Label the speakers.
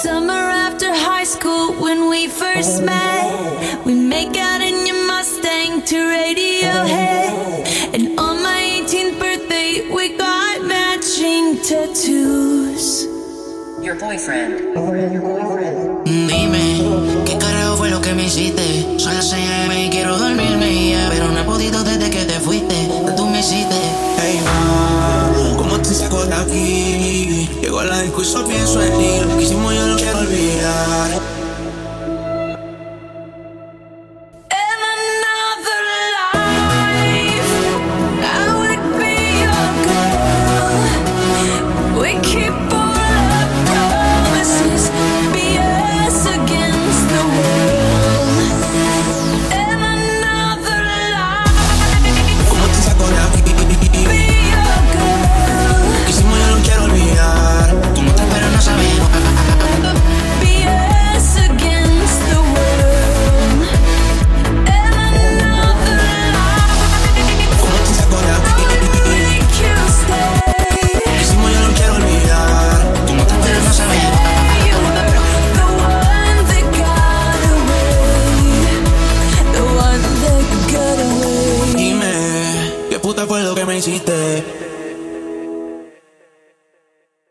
Speaker 1: Summer after high school, when we first met, we make out in your Mustang to Radiohead. And on my 18th birthday, we got matching tattoos.
Speaker 2: Your boyfriend.
Speaker 3: Dime, ¿qué carajo fue lo que me hiciste? Son las 6 a.m. y quiero dormirme ya, pero no he podido desde que te fuiste. Tú me hiciste.
Speaker 4: Hey, ma, ¿cómo te saco de aquí? Llego a la disco y solo pienso en ti. Lo que hicimos yo no quiero olvidar.